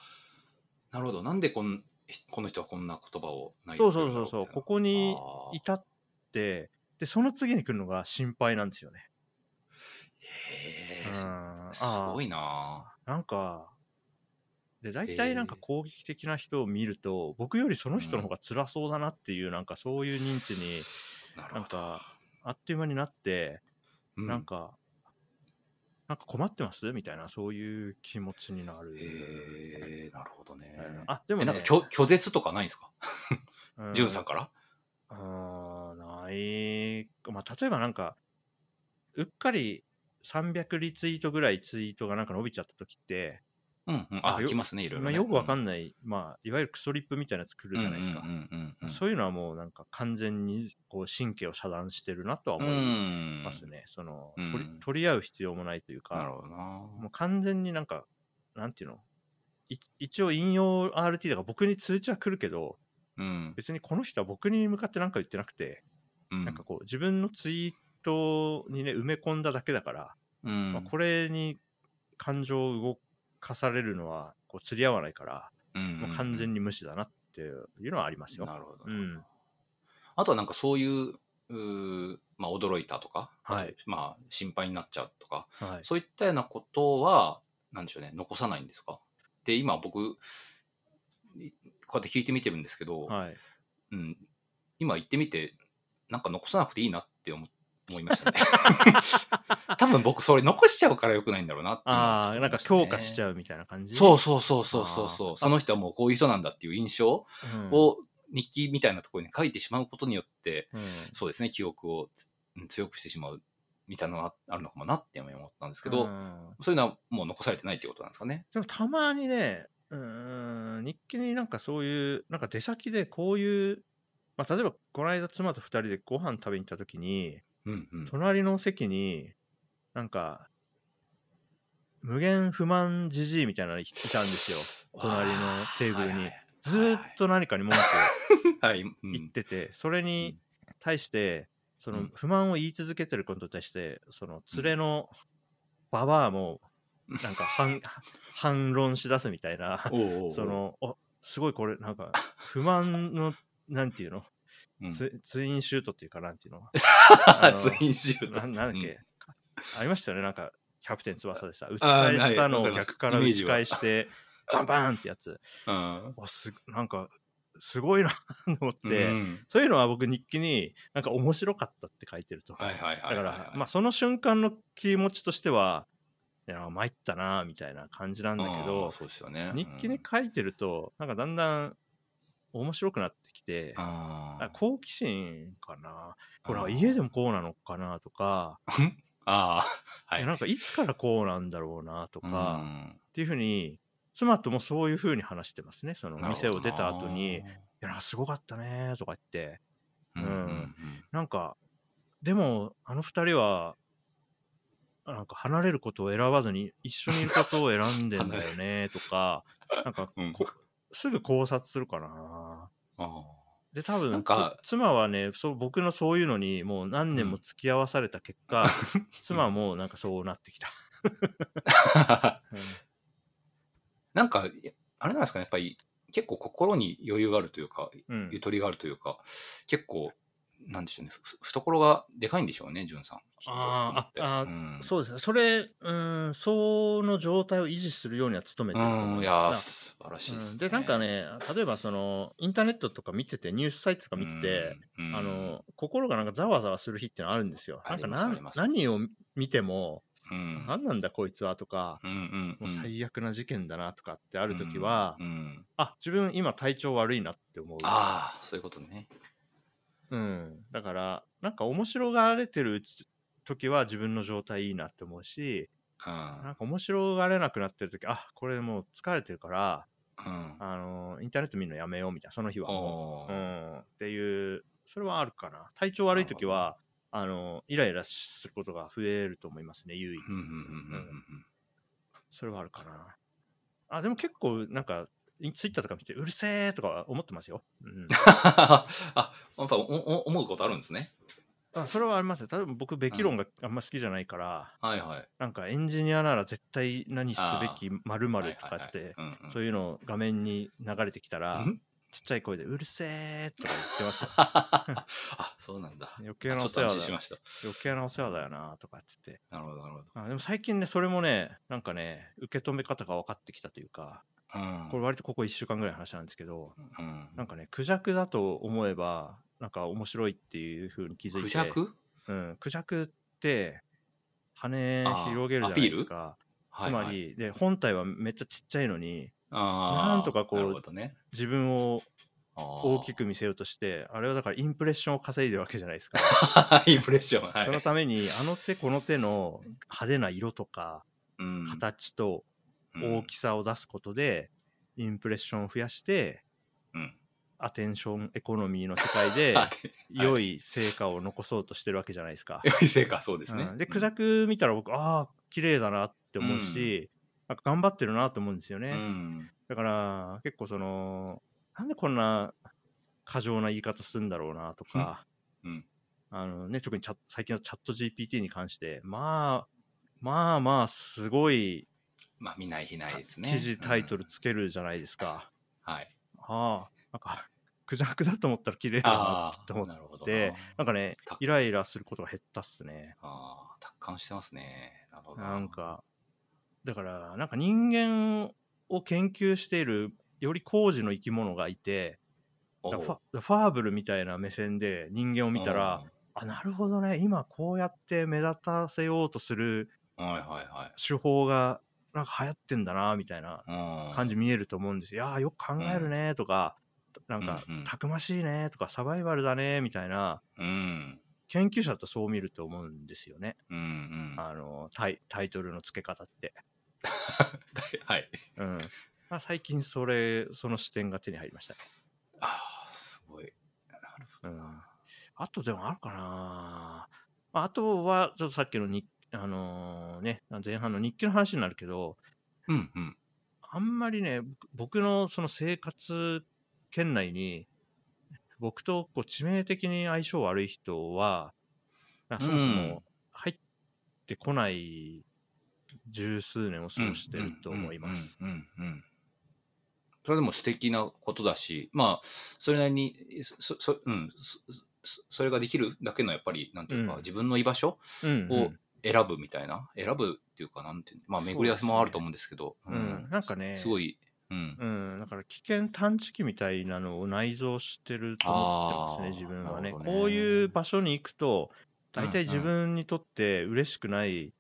[SPEAKER 2] なるほどなんでこんこの人はこんな言葉を投げてく
[SPEAKER 1] そ
[SPEAKER 2] る
[SPEAKER 1] うん
[SPEAKER 2] だ
[SPEAKER 1] そう
[SPEAKER 2] ろ
[SPEAKER 1] そうそう
[SPEAKER 2] みたいな
[SPEAKER 1] ここに
[SPEAKER 2] あー
[SPEAKER 1] 至ってでその次に来るのが心配なんですよね、
[SPEAKER 2] へ
[SPEAKER 1] うん、
[SPEAKER 2] ー
[SPEAKER 1] あー
[SPEAKER 2] すごいな
[SPEAKER 1] なんかで大
[SPEAKER 2] へ
[SPEAKER 1] 体
[SPEAKER 2] ー
[SPEAKER 1] なんか攻撃的な人を見ると僕よりその人の方が辛そうだなっていうなんかそういう認知に
[SPEAKER 2] な
[SPEAKER 1] な
[SPEAKER 2] る
[SPEAKER 1] ん
[SPEAKER 2] ほど
[SPEAKER 1] かあっという間になって
[SPEAKER 2] う
[SPEAKER 1] なんか、なんか困ってますみたいな、そういう気持ちになる。
[SPEAKER 2] へえなるほどね
[SPEAKER 1] うんあ、で
[SPEAKER 2] で
[SPEAKER 1] も、
[SPEAKER 2] も
[SPEAKER 1] ね、
[SPEAKER 2] なんか拒拒絶とかないんですか
[SPEAKER 1] うん
[SPEAKER 2] ジュンさんから
[SPEAKER 1] あーない。まあ、例えばなんか、うっかり300リツイートぐらいツイートがなんか伸びちゃった時って、
[SPEAKER 2] うんうん
[SPEAKER 1] あ
[SPEAKER 2] あ
[SPEAKER 1] よ
[SPEAKER 2] 来ますねいろいろ
[SPEAKER 1] まあ、
[SPEAKER 2] ね
[SPEAKER 1] よくわか
[SPEAKER 2] ない
[SPEAKER 1] んない、まあ、いわゆるクソリップみたいなやつ来るじゃないですか。
[SPEAKER 2] うんうんうんうん
[SPEAKER 1] そういうのはもうなんか完全にこう神経を遮断してるなとは
[SPEAKER 2] うん
[SPEAKER 1] 思いますね。その
[SPEAKER 2] うん
[SPEAKER 1] 取り取り合う必要もないという
[SPEAKER 2] うん
[SPEAKER 1] か、
[SPEAKER 2] なるほどな
[SPEAKER 1] もう完全になんか、なんていうのい一応引用 RT だから僕に通知は来るけど、
[SPEAKER 2] うん
[SPEAKER 1] 別にこの人は僕に向かってなんか言ってなくて、
[SPEAKER 2] うん
[SPEAKER 1] なんかこう自分のツイートにね、埋め込んだだけだから、
[SPEAKER 2] うん
[SPEAKER 1] まあ、これに感情を動かされるのはこう釣り合わないから、
[SPEAKER 2] うん
[SPEAKER 1] もう完全に無視だなっていうのはありますよ。
[SPEAKER 2] なるほど
[SPEAKER 1] う
[SPEAKER 2] ね
[SPEAKER 1] ん。
[SPEAKER 2] あとはなんかそういう、うーまあ、驚いたとか、
[SPEAKER 1] はい
[SPEAKER 2] あとまあ、心配になっちゃうとか、
[SPEAKER 1] はい。
[SPEAKER 2] そういったようなことは、なんでしょうね、残さないんですかで、今僕、いこうやって聞いてみてるんですけど、
[SPEAKER 1] はい、
[SPEAKER 2] うん、今言ってみて、なんか残さなくていいなっ て思思いましたね。 多分僕、それ残しちゃうから良くないんだろうなっていうのはち
[SPEAKER 1] あ
[SPEAKER 2] ょっ
[SPEAKER 1] あ、
[SPEAKER 2] と
[SPEAKER 1] なんか強化しち
[SPEAKER 2] う。
[SPEAKER 1] ゃうみたいな感じ
[SPEAKER 2] そうそうそうそうそうそ
[SPEAKER 1] あー
[SPEAKER 2] う。その人はもうこういう人なんだっていう印象
[SPEAKER 1] うん。
[SPEAKER 2] を日記みたいなところに書いてしまうことによって、
[SPEAKER 1] うん
[SPEAKER 2] そうですね、記憶をつうん強くしてしまうみたいなのがあるのかもなって思ったんですけど、
[SPEAKER 1] うん
[SPEAKER 2] そういうのはもう残されてないってことなんですかね。
[SPEAKER 1] でもたまにね、うーん、日記になんかそういう、なんか出先でこういう、まあ、例えばこの間妻と2人でご飯食べに行った時に、
[SPEAKER 2] うんうん。
[SPEAKER 1] 隣の席に、なんか、無限不満じじいみたいなのいたんですよ。隣のテーブルに
[SPEAKER 2] はい
[SPEAKER 1] ずーっと何かに文句
[SPEAKER 2] はいはい、はいうん
[SPEAKER 1] を言ってて、それに対して、そうの
[SPEAKER 2] ん
[SPEAKER 1] 不満を言い続けてることに対して、その連れのババアも、なん か反反論しだすみたいな。
[SPEAKER 2] おうおうおう
[SPEAKER 1] そ、のあすごいこれなん か不満のなんていうの、
[SPEAKER 2] うん、ツ
[SPEAKER 1] ツツインシュートっていうかなんていうのあの
[SPEAKER 2] インシュート。
[SPEAKER 1] ななんだっけ、
[SPEAKER 2] うん
[SPEAKER 1] ありましたよねなんかキャプテン翼でさ打ち
[SPEAKER 2] あ
[SPEAKER 1] 返したの
[SPEAKER 2] は
[SPEAKER 1] を
[SPEAKER 2] いわかります
[SPEAKER 1] 逆から
[SPEAKER 2] イ
[SPEAKER 1] 打
[SPEAKER 2] メ
[SPEAKER 1] ち
[SPEAKER 2] ージは
[SPEAKER 1] 返してバンバンってやつ
[SPEAKER 2] うん
[SPEAKER 1] あすなんかすごいな と思って、
[SPEAKER 2] うん
[SPEAKER 1] そういうのは僕日記になんか面白かったって書いてると、
[SPEAKER 2] はいはいはいはいはい。
[SPEAKER 1] だから、まあ、その瞬間の気持ちとしてはいや参ったなみたいな感じなんだけど、
[SPEAKER 2] うんそうですよね。
[SPEAKER 1] 日記に書いてるとなんかだんだん面白くなってきて
[SPEAKER 2] うん、あ
[SPEAKER 1] あ好奇心かなほら
[SPEAKER 2] あー
[SPEAKER 1] 家でもこうなのかなとか、
[SPEAKER 2] ああ、はいい。
[SPEAKER 1] やなんかいつからこうなんだろうなとか、っ
[SPEAKER 2] ん
[SPEAKER 1] ていうふうに妻ともそういうふうに話してますねその
[SPEAKER 2] なるほ
[SPEAKER 1] 店
[SPEAKER 2] どな
[SPEAKER 1] を出た後に「いやなんかすごかったね」とか言って
[SPEAKER 2] うんうんうん
[SPEAKER 1] なんかでもあの二人はなんか離れることを選ばずに一緒にいることを選んでんだよねと かなんか
[SPEAKER 2] うん
[SPEAKER 1] こすぐ考察するかな
[SPEAKER 2] あー
[SPEAKER 1] で多分
[SPEAKER 2] なんか
[SPEAKER 1] つ妻はねそう僕 のそういうのにもう何年も付き合わされた結果、妻もなんかそうなってきた
[SPEAKER 2] なんか、あれなんですかね、やっぱり結構心に余裕があるというか、
[SPEAKER 1] うん
[SPEAKER 2] ゆとりがあるというか、結構、なんでしょうね、ふ懐がでかいんでしょうね、じゅんさん。きっと
[SPEAKER 1] あーあ
[SPEAKER 2] と思って
[SPEAKER 1] そうですね。それ、うん、その状態を維持するようには努めてると
[SPEAKER 2] うん、
[SPEAKER 1] 思
[SPEAKER 2] うん、い
[SPEAKER 1] ま
[SPEAKER 2] や
[SPEAKER 1] す
[SPEAKER 2] ー、素晴らしいです、
[SPEAKER 1] うん
[SPEAKER 2] ね
[SPEAKER 1] でなんか、ね例えばそのインターネットとか見ててニュースサイトとか見てて、
[SPEAKER 2] うん、
[SPEAKER 1] あの心がなんかざわざわする日ってのあるんですよ。な
[SPEAKER 2] あ
[SPEAKER 1] んか
[SPEAKER 2] あ
[SPEAKER 1] な
[SPEAKER 2] りますあり
[SPEAKER 1] 何を見ても、
[SPEAKER 2] うん、うん、
[SPEAKER 1] 何なんだこいつはとか、
[SPEAKER 2] うんうんうん、
[SPEAKER 1] もう最悪な事件だなとかってあ
[SPEAKER 2] あ
[SPEAKER 1] る時は、
[SPEAKER 2] うんうん
[SPEAKER 1] あ自分今体調悪いなって思う。
[SPEAKER 2] ああ、そういうことね。
[SPEAKER 1] うん、だからなんか面白がられてるうち時は自分の状態いいなって思うし
[SPEAKER 2] うん。
[SPEAKER 1] なんか面白がれなくなってる時あこれもう疲れてるから
[SPEAKER 2] うん。
[SPEAKER 1] あのインターネット見るのやめようみたいなその日はもう
[SPEAKER 2] お
[SPEAKER 1] う
[SPEAKER 2] ー
[SPEAKER 1] ん、っていうそれはあるかな体調悪い時はあのイライラすることが増えると思いますね優位
[SPEAKER 2] うんうんうんうんうん
[SPEAKER 1] それはあるかなあでも結構なんかツイッターとか見てうるせえとかは思ってますよ、 うん、
[SPEAKER 2] あ、やっぱおお思うことあるんですね。
[SPEAKER 1] あそれはありますよ例えば僕べき論があんま好きじゃないから、
[SPEAKER 2] はいはい。
[SPEAKER 1] なんかエンジニアなら絶対何すべき〇
[SPEAKER 2] はい
[SPEAKER 1] 〇と
[SPEAKER 2] は
[SPEAKER 1] か
[SPEAKER 2] いは
[SPEAKER 1] っ
[SPEAKER 2] い
[SPEAKER 1] て
[SPEAKER 2] うんうん
[SPEAKER 1] そういうのを画面に流れてきたら
[SPEAKER 2] うん
[SPEAKER 1] ちっちゃい声でうるせえとか言ってますよ
[SPEAKER 2] あ、そうなんだ。
[SPEAKER 1] 余
[SPEAKER 2] ち
[SPEAKER 1] 計
[SPEAKER 2] ょ
[SPEAKER 1] なお
[SPEAKER 2] っと
[SPEAKER 1] 世話
[SPEAKER 2] 安
[SPEAKER 1] だ
[SPEAKER 2] 心しました。
[SPEAKER 1] 余計なお世話だよなとかって言って
[SPEAKER 2] なるほど、なるほど。
[SPEAKER 1] あでも最近ねそれもねなんかね受け止め方が分かってきたというか
[SPEAKER 2] うん。
[SPEAKER 1] これ割とここ1週間ぐらいの話なんですけど
[SPEAKER 2] うん
[SPEAKER 1] なんかねクジャクだと思えばなんか面白いっていう風に気づいて
[SPEAKER 2] クジャク
[SPEAKER 1] うん、クジャクって羽
[SPEAKER 2] あー
[SPEAKER 1] 広げるじゃないですかつま、
[SPEAKER 2] はいはい
[SPEAKER 1] りで本体はめっちゃちっちゃいのに
[SPEAKER 2] あー
[SPEAKER 1] なんとかこう
[SPEAKER 2] なるほどね
[SPEAKER 1] 自分を大
[SPEAKER 2] 大
[SPEAKER 1] き。く見せようとしてあれはだからインプレッションを稼いでるわけじゃないですか
[SPEAKER 2] あ ーインプレッション。はい
[SPEAKER 1] そのためにあの手この手の派手な色とか
[SPEAKER 2] うん
[SPEAKER 1] 形と、
[SPEAKER 2] うん
[SPEAKER 1] 大きさを出すことで、インプレッションを増やして、
[SPEAKER 2] うん
[SPEAKER 1] アテンションエコノミーの世界 で
[SPEAKER 2] あで
[SPEAKER 1] 良い成果を残そうとしてるわけじゃないですか。
[SPEAKER 2] 良い成果、 そうですね
[SPEAKER 1] うん。でクジャク見たら僕ああ綺麗だなって思うし、なんか頑張ってるなと思うんですよね。
[SPEAKER 2] うん
[SPEAKER 1] だから結構そのなんでこんな過剰な言い方するんだろうなとか、
[SPEAKER 2] うんうん
[SPEAKER 1] あのね、特にチャ最近のチャット GPT に関してまあまあまあすごい
[SPEAKER 2] まあ、見ない、見ないですね。
[SPEAKER 1] 記事タイトル
[SPEAKER 2] うん
[SPEAKER 1] つけるじゃないですか。
[SPEAKER 2] はい。
[SPEAKER 1] ああ、なんか、クジャクだと思ったら綺麗だな
[SPEAKER 2] あ
[SPEAKER 1] って思
[SPEAKER 2] あ、
[SPEAKER 1] っ
[SPEAKER 2] なるほどな。
[SPEAKER 1] て、なんかね
[SPEAKER 2] た、
[SPEAKER 1] イライラすることが減ったっすね。
[SPEAKER 2] ああ、達観してますね。なるほど。
[SPEAKER 1] なんか、だから、なんか人間を研究している、より高次の生き物がいて、
[SPEAKER 2] おう、
[SPEAKER 1] だからファファーブルみたいな目線で人間を見たら、あ、なるほどね、今こうやって目立たせようとする
[SPEAKER 2] うん、はいは
[SPEAKER 1] 手法が、なんか流行ってんだな、みたいない
[SPEAKER 2] はい。うん
[SPEAKER 1] 感じ見えると思うんですよ。いやーよく考えるねとか、なんか、
[SPEAKER 2] うんうん
[SPEAKER 1] たくましいねとかサバイバルだねみたいな
[SPEAKER 2] うん。
[SPEAKER 1] 研究者ってそう見ると思うんですよね、
[SPEAKER 2] うんうん。は
[SPEAKER 1] あのタイタイトルの付け方って。
[SPEAKER 2] い はい。
[SPEAKER 1] うんまあ、最近それその視点が手に入りましたね。
[SPEAKER 2] ああ、すごい。なるほど
[SPEAKER 1] うん
[SPEAKER 2] な。
[SPEAKER 1] あとでもあるかなまああとはちょっとさっきのに、あのーね、前半の日記の話になるけど
[SPEAKER 2] うんうん。
[SPEAKER 1] あんまりね僕僕のその生活圏内に僕とこう致命的に相性悪い人はなんかそもそも入ってこない十数年を過ごしてると思います。
[SPEAKER 2] うんうんうんうんうんそれでも素敵なことだし、まあ、それなりに、そ、そそうん、そそそれができるだけの、やっぱり、なんていうか、
[SPEAKER 1] うん
[SPEAKER 2] 自分の居場所
[SPEAKER 1] うんうん
[SPEAKER 2] を選ぶみたいな、選ぶっていうか、なんていうのまあ、巡り合わせもあると思うんですけど、
[SPEAKER 1] う
[SPEAKER 2] う
[SPEAKER 1] ん
[SPEAKER 2] ん
[SPEAKER 1] なんかね
[SPEAKER 2] すごい、うん。
[SPEAKER 1] うん、だから危険探知機みたいなのを内蔵してると思ってますね
[SPEAKER 2] あー
[SPEAKER 1] 自分はね
[SPEAKER 2] なるほどね
[SPEAKER 1] こういう場所に行くと
[SPEAKER 2] うん
[SPEAKER 1] 大体自分にとって嬉しくない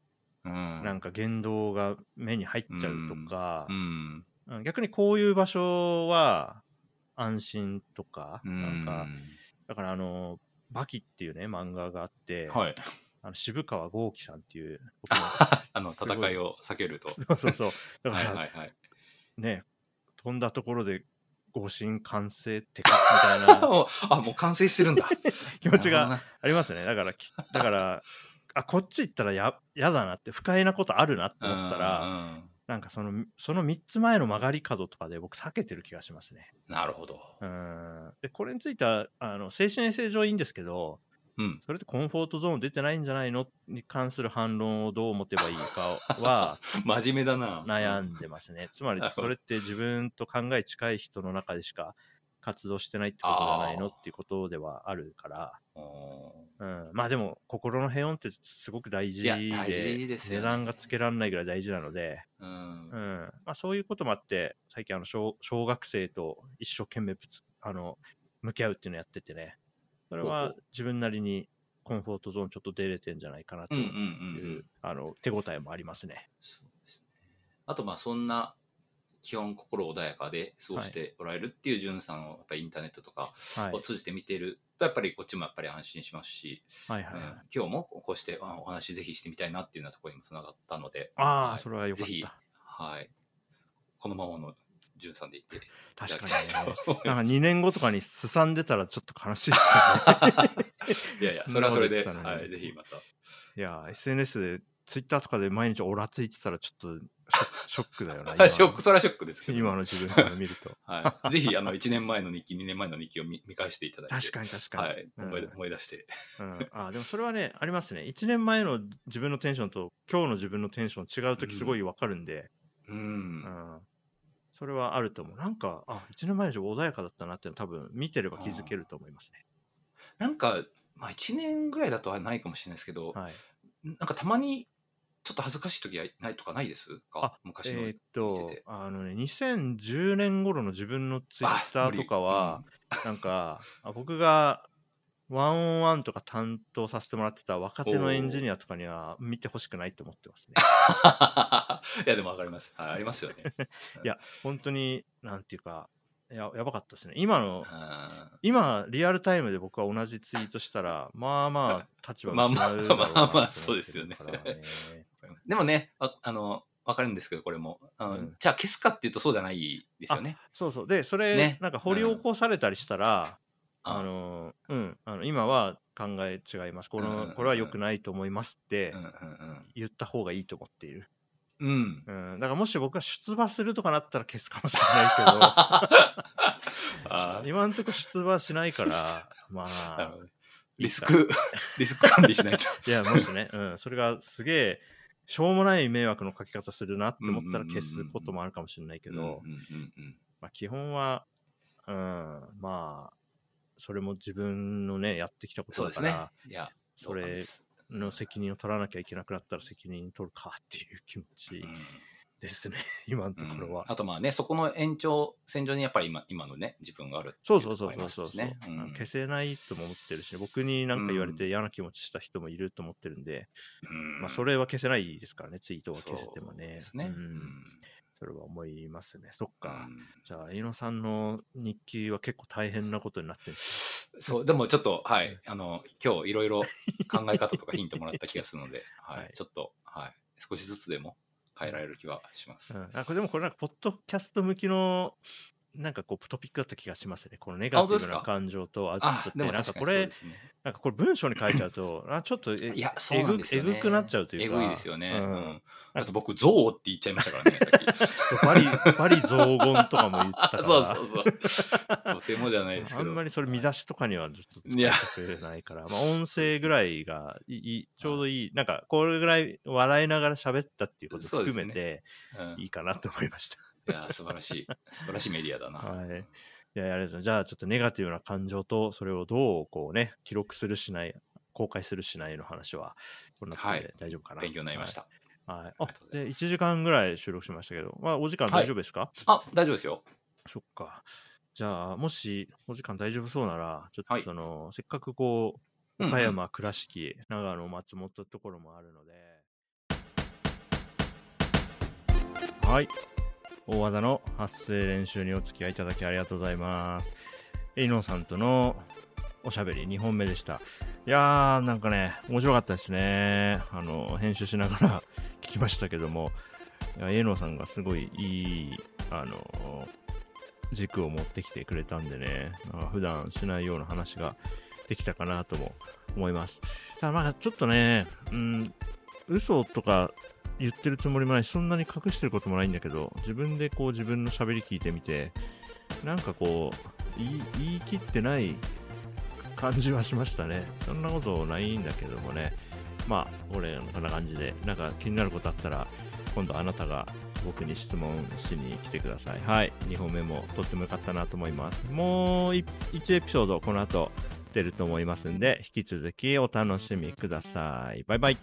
[SPEAKER 2] うん。
[SPEAKER 1] なんか言動が目に入っちゃうとか
[SPEAKER 2] う、ん。
[SPEAKER 1] うん逆にこういう場所は安心とか、なんかだからあの「バキ」っていうね漫画があって、
[SPEAKER 2] うんはい。
[SPEAKER 1] あの渋川豪樹さんっていう僕の
[SPEAKER 2] あの、
[SPEAKER 1] すごい
[SPEAKER 2] 戦いを避けると。
[SPEAKER 1] そうそうそうだか
[SPEAKER 2] はい
[SPEAKER 1] ら、
[SPEAKER 2] はいはい。
[SPEAKER 1] ね飛んだところで誤信完成ってかみ たいな
[SPEAKER 2] もうあ、もう完成してるんだ。
[SPEAKER 1] 気持ちが
[SPEAKER 2] なる
[SPEAKER 1] ありますねだからきだからあこっち行ったらややだなって不快なことあるなって
[SPEAKER 2] ほどな、
[SPEAKER 1] 思ったら、
[SPEAKER 2] うんうん
[SPEAKER 1] なんかそのその3つ前の曲がり角とかで僕避けてる気がしますね。
[SPEAKER 2] なるほど。
[SPEAKER 1] うんでこれについてはあの精神衛生上いいんですけど、
[SPEAKER 2] うん。
[SPEAKER 1] それってコンフォートゾーン出てないんじゃないのに関する反論をどう持てばいいかは
[SPEAKER 2] 真面目だな。
[SPEAKER 1] 悩んでますね。つまりそれって自分と考え近い人の中でしか活動してないってことじゃないの
[SPEAKER 2] あー
[SPEAKER 1] っていうことではあるから、
[SPEAKER 2] あー
[SPEAKER 1] うん、まあでも心の平穏ってすごく大事
[SPEAKER 2] い
[SPEAKER 1] で
[SPEAKER 2] や大事ですよ
[SPEAKER 1] 値
[SPEAKER 2] ね
[SPEAKER 1] 段がつけられないぐらい大事なので、
[SPEAKER 2] うん
[SPEAKER 1] うん。まあ、そういうこともあって最近あの小小学生と一生懸命ぶつあの向き合うっていうのやっててねそれ
[SPEAKER 2] ほう
[SPEAKER 1] は
[SPEAKER 2] ほ
[SPEAKER 1] 自分なりにコンフォートゾーンちょっと出れてんじゃないかなと
[SPEAKER 2] うんうん
[SPEAKER 1] いう
[SPEAKER 2] う、ん。
[SPEAKER 1] あの手応えもありますね。
[SPEAKER 2] そうですね。あと、まあ、そんな、基本心穏やかで過ごしておられるっていう、ジュンさんを、やっぱりインターネットとか
[SPEAKER 1] はい
[SPEAKER 2] を、通じて見ていると、やっぱりこっちもやっぱり安心しますし、
[SPEAKER 1] はい
[SPEAKER 2] うん
[SPEAKER 1] はいはい
[SPEAKER 2] 今日もこうしてあお話ぜひしてみたいなっていうようなところにもつながったので、
[SPEAKER 1] あ
[SPEAKER 2] は
[SPEAKER 1] あ
[SPEAKER 2] い
[SPEAKER 1] それはよかっ
[SPEAKER 2] ぜひ
[SPEAKER 1] た
[SPEAKER 2] はい。このままのジュンさんでいっていた だ
[SPEAKER 1] 確
[SPEAKER 2] き
[SPEAKER 1] か
[SPEAKER 2] たい
[SPEAKER 1] にね
[SPEAKER 2] と思い
[SPEAKER 1] なんか
[SPEAKER 2] ます。
[SPEAKER 1] 2年後とかにすさんでたらちょっと悲しいですよ ね
[SPEAKER 2] いやいや、それはそれで、
[SPEAKER 1] そんなこと言ってたのに
[SPEAKER 2] はい、ぜひまた。
[SPEAKER 1] いやー SNS でツイッターとかで毎日オラついてたらちょっと ショショックだよな
[SPEAKER 2] ショック、それはショックですけど、
[SPEAKER 1] 今の自分から見る と
[SPEAKER 2] はい、ぜひあの1年前の日記、2年前の日記を見見返していただいて、
[SPEAKER 1] 確かに確かに、
[SPEAKER 2] はい、
[SPEAKER 1] うん
[SPEAKER 2] 思い出思い出して、
[SPEAKER 1] うん、あーでもそれはねありますね1年前の自分のテンションと今日の自分のテンション違う時すごいわかるんで、
[SPEAKER 2] うん
[SPEAKER 1] うんそれはあると思うなんかあ1年前の自分穏やかだったなっていうのは多分見てれば気づけると思いますね
[SPEAKER 2] なんか、まあ、1年ぐらいだとはないかもしれないですけど、
[SPEAKER 1] はい
[SPEAKER 2] なんかたまにちょっと恥ずかしい時はないとかないですか
[SPEAKER 1] あ
[SPEAKER 2] 昔の
[SPEAKER 1] えーっ
[SPEAKER 2] 見
[SPEAKER 1] と
[SPEAKER 2] てて
[SPEAKER 1] あのね2010年頃の自分のツイッターとかは、なんか、あ僕がワンオンワンとか担当させてもらってた若手のエンジニアとかには見てほしくないと思ってます ね。
[SPEAKER 2] あ無理うん いやでもわかります、はい、ありま すよね
[SPEAKER 1] いや、本当に、なんていうか、ややばかったですね。今の、
[SPEAKER 2] う
[SPEAKER 1] 今、リアルタイムで僕は同じツイートしたら、まあまあ、立場
[SPEAKER 2] まあ
[SPEAKER 1] が違う
[SPEAKER 2] まあ
[SPEAKER 1] だろうな
[SPEAKER 2] まあまあ
[SPEAKER 1] と思ってるから
[SPEAKER 2] そうんでもねああのわかるんですけどこれも、うん
[SPEAKER 1] うん
[SPEAKER 2] じゃあ消すかっていうとそうじゃないですよね
[SPEAKER 1] そうそう。で、それ、
[SPEAKER 2] ね
[SPEAKER 1] なんか掘り起こされたりしたら、
[SPEAKER 2] うん
[SPEAKER 1] あの、うん、あの今は考え違います。こ
[SPEAKER 2] うんうんう
[SPEAKER 1] の
[SPEAKER 2] ん、
[SPEAKER 1] これは良くないと思いますって
[SPEAKER 2] うんうん
[SPEAKER 1] 言った方がいいと思っている。
[SPEAKER 2] うんうん
[SPEAKER 1] うん、だからもし僕が出馬するとかなったら消すかもしれない
[SPEAKER 2] あ
[SPEAKER 1] けど
[SPEAKER 2] ー
[SPEAKER 1] 今んとこ出馬しない からま
[SPEAKER 2] なる
[SPEAKER 1] あ
[SPEAKER 2] ほどリスク リスク管理しないと
[SPEAKER 1] いやもしね、うん、それがすげえしょうもない迷惑のかけ方するなって思ったら消すこともあるかもしれ ないけ
[SPEAKER 2] け
[SPEAKER 1] ど、
[SPEAKER 2] うんうんうん
[SPEAKER 1] まあ、基本は、うん、まあそれも自分のねやってきたこと
[SPEAKER 2] そう
[SPEAKER 1] だ
[SPEAKER 2] で
[SPEAKER 1] か
[SPEAKER 2] す
[SPEAKER 1] ら
[SPEAKER 2] ねいや
[SPEAKER 1] それ
[SPEAKER 2] そうなんです
[SPEAKER 1] の責任を取らなきゃいけなくなったら責任取るかっていう気持ち
[SPEAKER 2] うん
[SPEAKER 1] ですね、 今のところは。
[SPEAKER 2] うんあとまあねそこの延長線上にやっぱり今今のね自分があるって
[SPEAKER 1] そ
[SPEAKER 2] いう
[SPEAKER 1] そう
[SPEAKER 2] とこ
[SPEAKER 1] そ
[SPEAKER 2] ろ
[SPEAKER 1] う
[SPEAKER 2] あり
[SPEAKER 1] そうそう
[SPEAKER 2] ますし
[SPEAKER 1] そう、
[SPEAKER 2] ね
[SPEAKER 1] あの消せないとも思ってるし、僕に何か言われて嫌な気持ちした人もいると思ってるんで、まあそ
[SPEAKER 2] れ
[SPEAKER 1] れは消せないですからねツイートは消せてもね
[SPEAKER 2] ですね
[SPEAKER 1] うん
[SPEAKER 2] うん
[SPEAKER 1] それは思いますねそっか、
[SPEAKER 2] うん
[SPEAKER 1] じゃあ飯野さんの日記は結構大変なことになってるんです
[SPEAKER 2] そうでもちょっとはいあの今日いろいろ考え方とかヒントもらった気がする のでは
[SPEAKER 1] はいい
[SPEAKER 2] ちょっとはい少しずつでも変えられる気はします
[SPEAKER 1] うん、あこれでもこれなんかポッドキャスト向きのなんかこうトピックだった気がしますねこのネガ
[SPEAKER 2] あ本当
[SPEAKER 1] ティ
[SPEAKER 2] です
[SPEAKER 1] ブ
[SPEAKER 2] か
[SPEAKER 1] な感情とアウトプッ
[SPEAKER 2] あ
[SPEAKER 1] トって
[SPEAKER 2] でも
[SPEAKER 1] なん
[SPEAKER 2] 確
[SPEAKER 1] かこ
[SPEAKER 2] かにそう
[SPEAKER 1] れ
[SPEAKER 2] ですね
[SPEAKER 1] なんかこれ文章に書いちゃうとあちょっとえ
[SPEAKER 2] いやそう
[SPEAKER 1] え
[SPEAKER 2] なん
[SPEAKER 1] ぐ
[SPEAKER 2] ですよ
[SPEAKER 1] え
[SPEAKER 2] ね
[SPEAKER 1] ぐくなっちゃうとい
[SPEAKER 2] え
[SPEAKER 1] うか
[SPEAKER 2] ぐいですよね
[SPEAKER 1] う
[SPEAKER 2] うんんだって僕憎悪って言っちゃいましたからねさ っき
[SPEAKER 1] バリバリ雑言とかも言ってたから
[SPEAKER 2] そうそうそうとてもじゃないですけ
[SPEAKER 1] あ
[SPEAKER 2] ど
[SPEAKER 1] んまりそれ見出しとかにはちょっと使
[SPEAKER 2] いや
[SPEAKER 1] ってくれないから、まあ音声ぐらいがいい、ちょうどいい、なんかこれぐらい笑いながら喋ったっていうこと
[SPEAKER 2] そうですね
[SPEAKER 1] 含めて
[SPEAKER 2] うん
[SPEAKER 1] いいかなと思いました。
[SPEAKER 2] いやー、素晴らしい。素晴らしいメディアだな。
[SPEAKER 1] はい。いや、ありがとうございます。じゃあちょっとネガティブな感情と、それをどうこうね、記録するしない、公開するしないの話は、こんなところ
[SPEAKER 2] はい
[SPEAKER 1] で大丈夫かな。。
[SPEAKER 2] 勉強になりましたた。
[SPEAKER 1] はい。あ
[SPEAKER 2] ありがとうござい
[SPEAKER 1] で、1時間ぐらい収録しましたけど、まあお時間大丈夫ですか、
[SPEAKER 2] あ、大丈夫ですよ。
[SPEAKER 1] そっか。じゃあ、もしお時間大丈夫そうなら、ちょっ
[SPEAKER 2] はい
[SPEAKER 1] とその、せっかくこ
[SPEAKER 2] う
[SPEAKER 1] う、
[SPEAKER 2] んうん
[SPEAKER 1] 岡山、倉敷、長野、松本ってところもあるので。はい。大和田の発声練習にお付き合いいただきありがとうございます。えいのさんとのおしゃべり2本目でした。いやー、なんかね、面白かったですね。あの、編集しながら 聞きましたけども、いやえいのさんがすごいいい、あの、軸を持ってきてくれたんでね、なんか普段しないような話ができたかなとも思います。ただまあちょっとね、うん、嘘とか言ってるつもりもないし、そんなに隠してることもないんだけど、自分でこう自分の喋り聞いてみて、なんかこう、言い言い切ってない感じはしましたね。そんなことないんだけどもね。まあ、俺、こんな感じで、なんか気になることあったら、今度あなたが僕に質問しに来てください。はい。2本目もとっても良かったなと思います。もう1エピソード、この後出ると思いますんで、引き続きお楽しみください。バイバイ。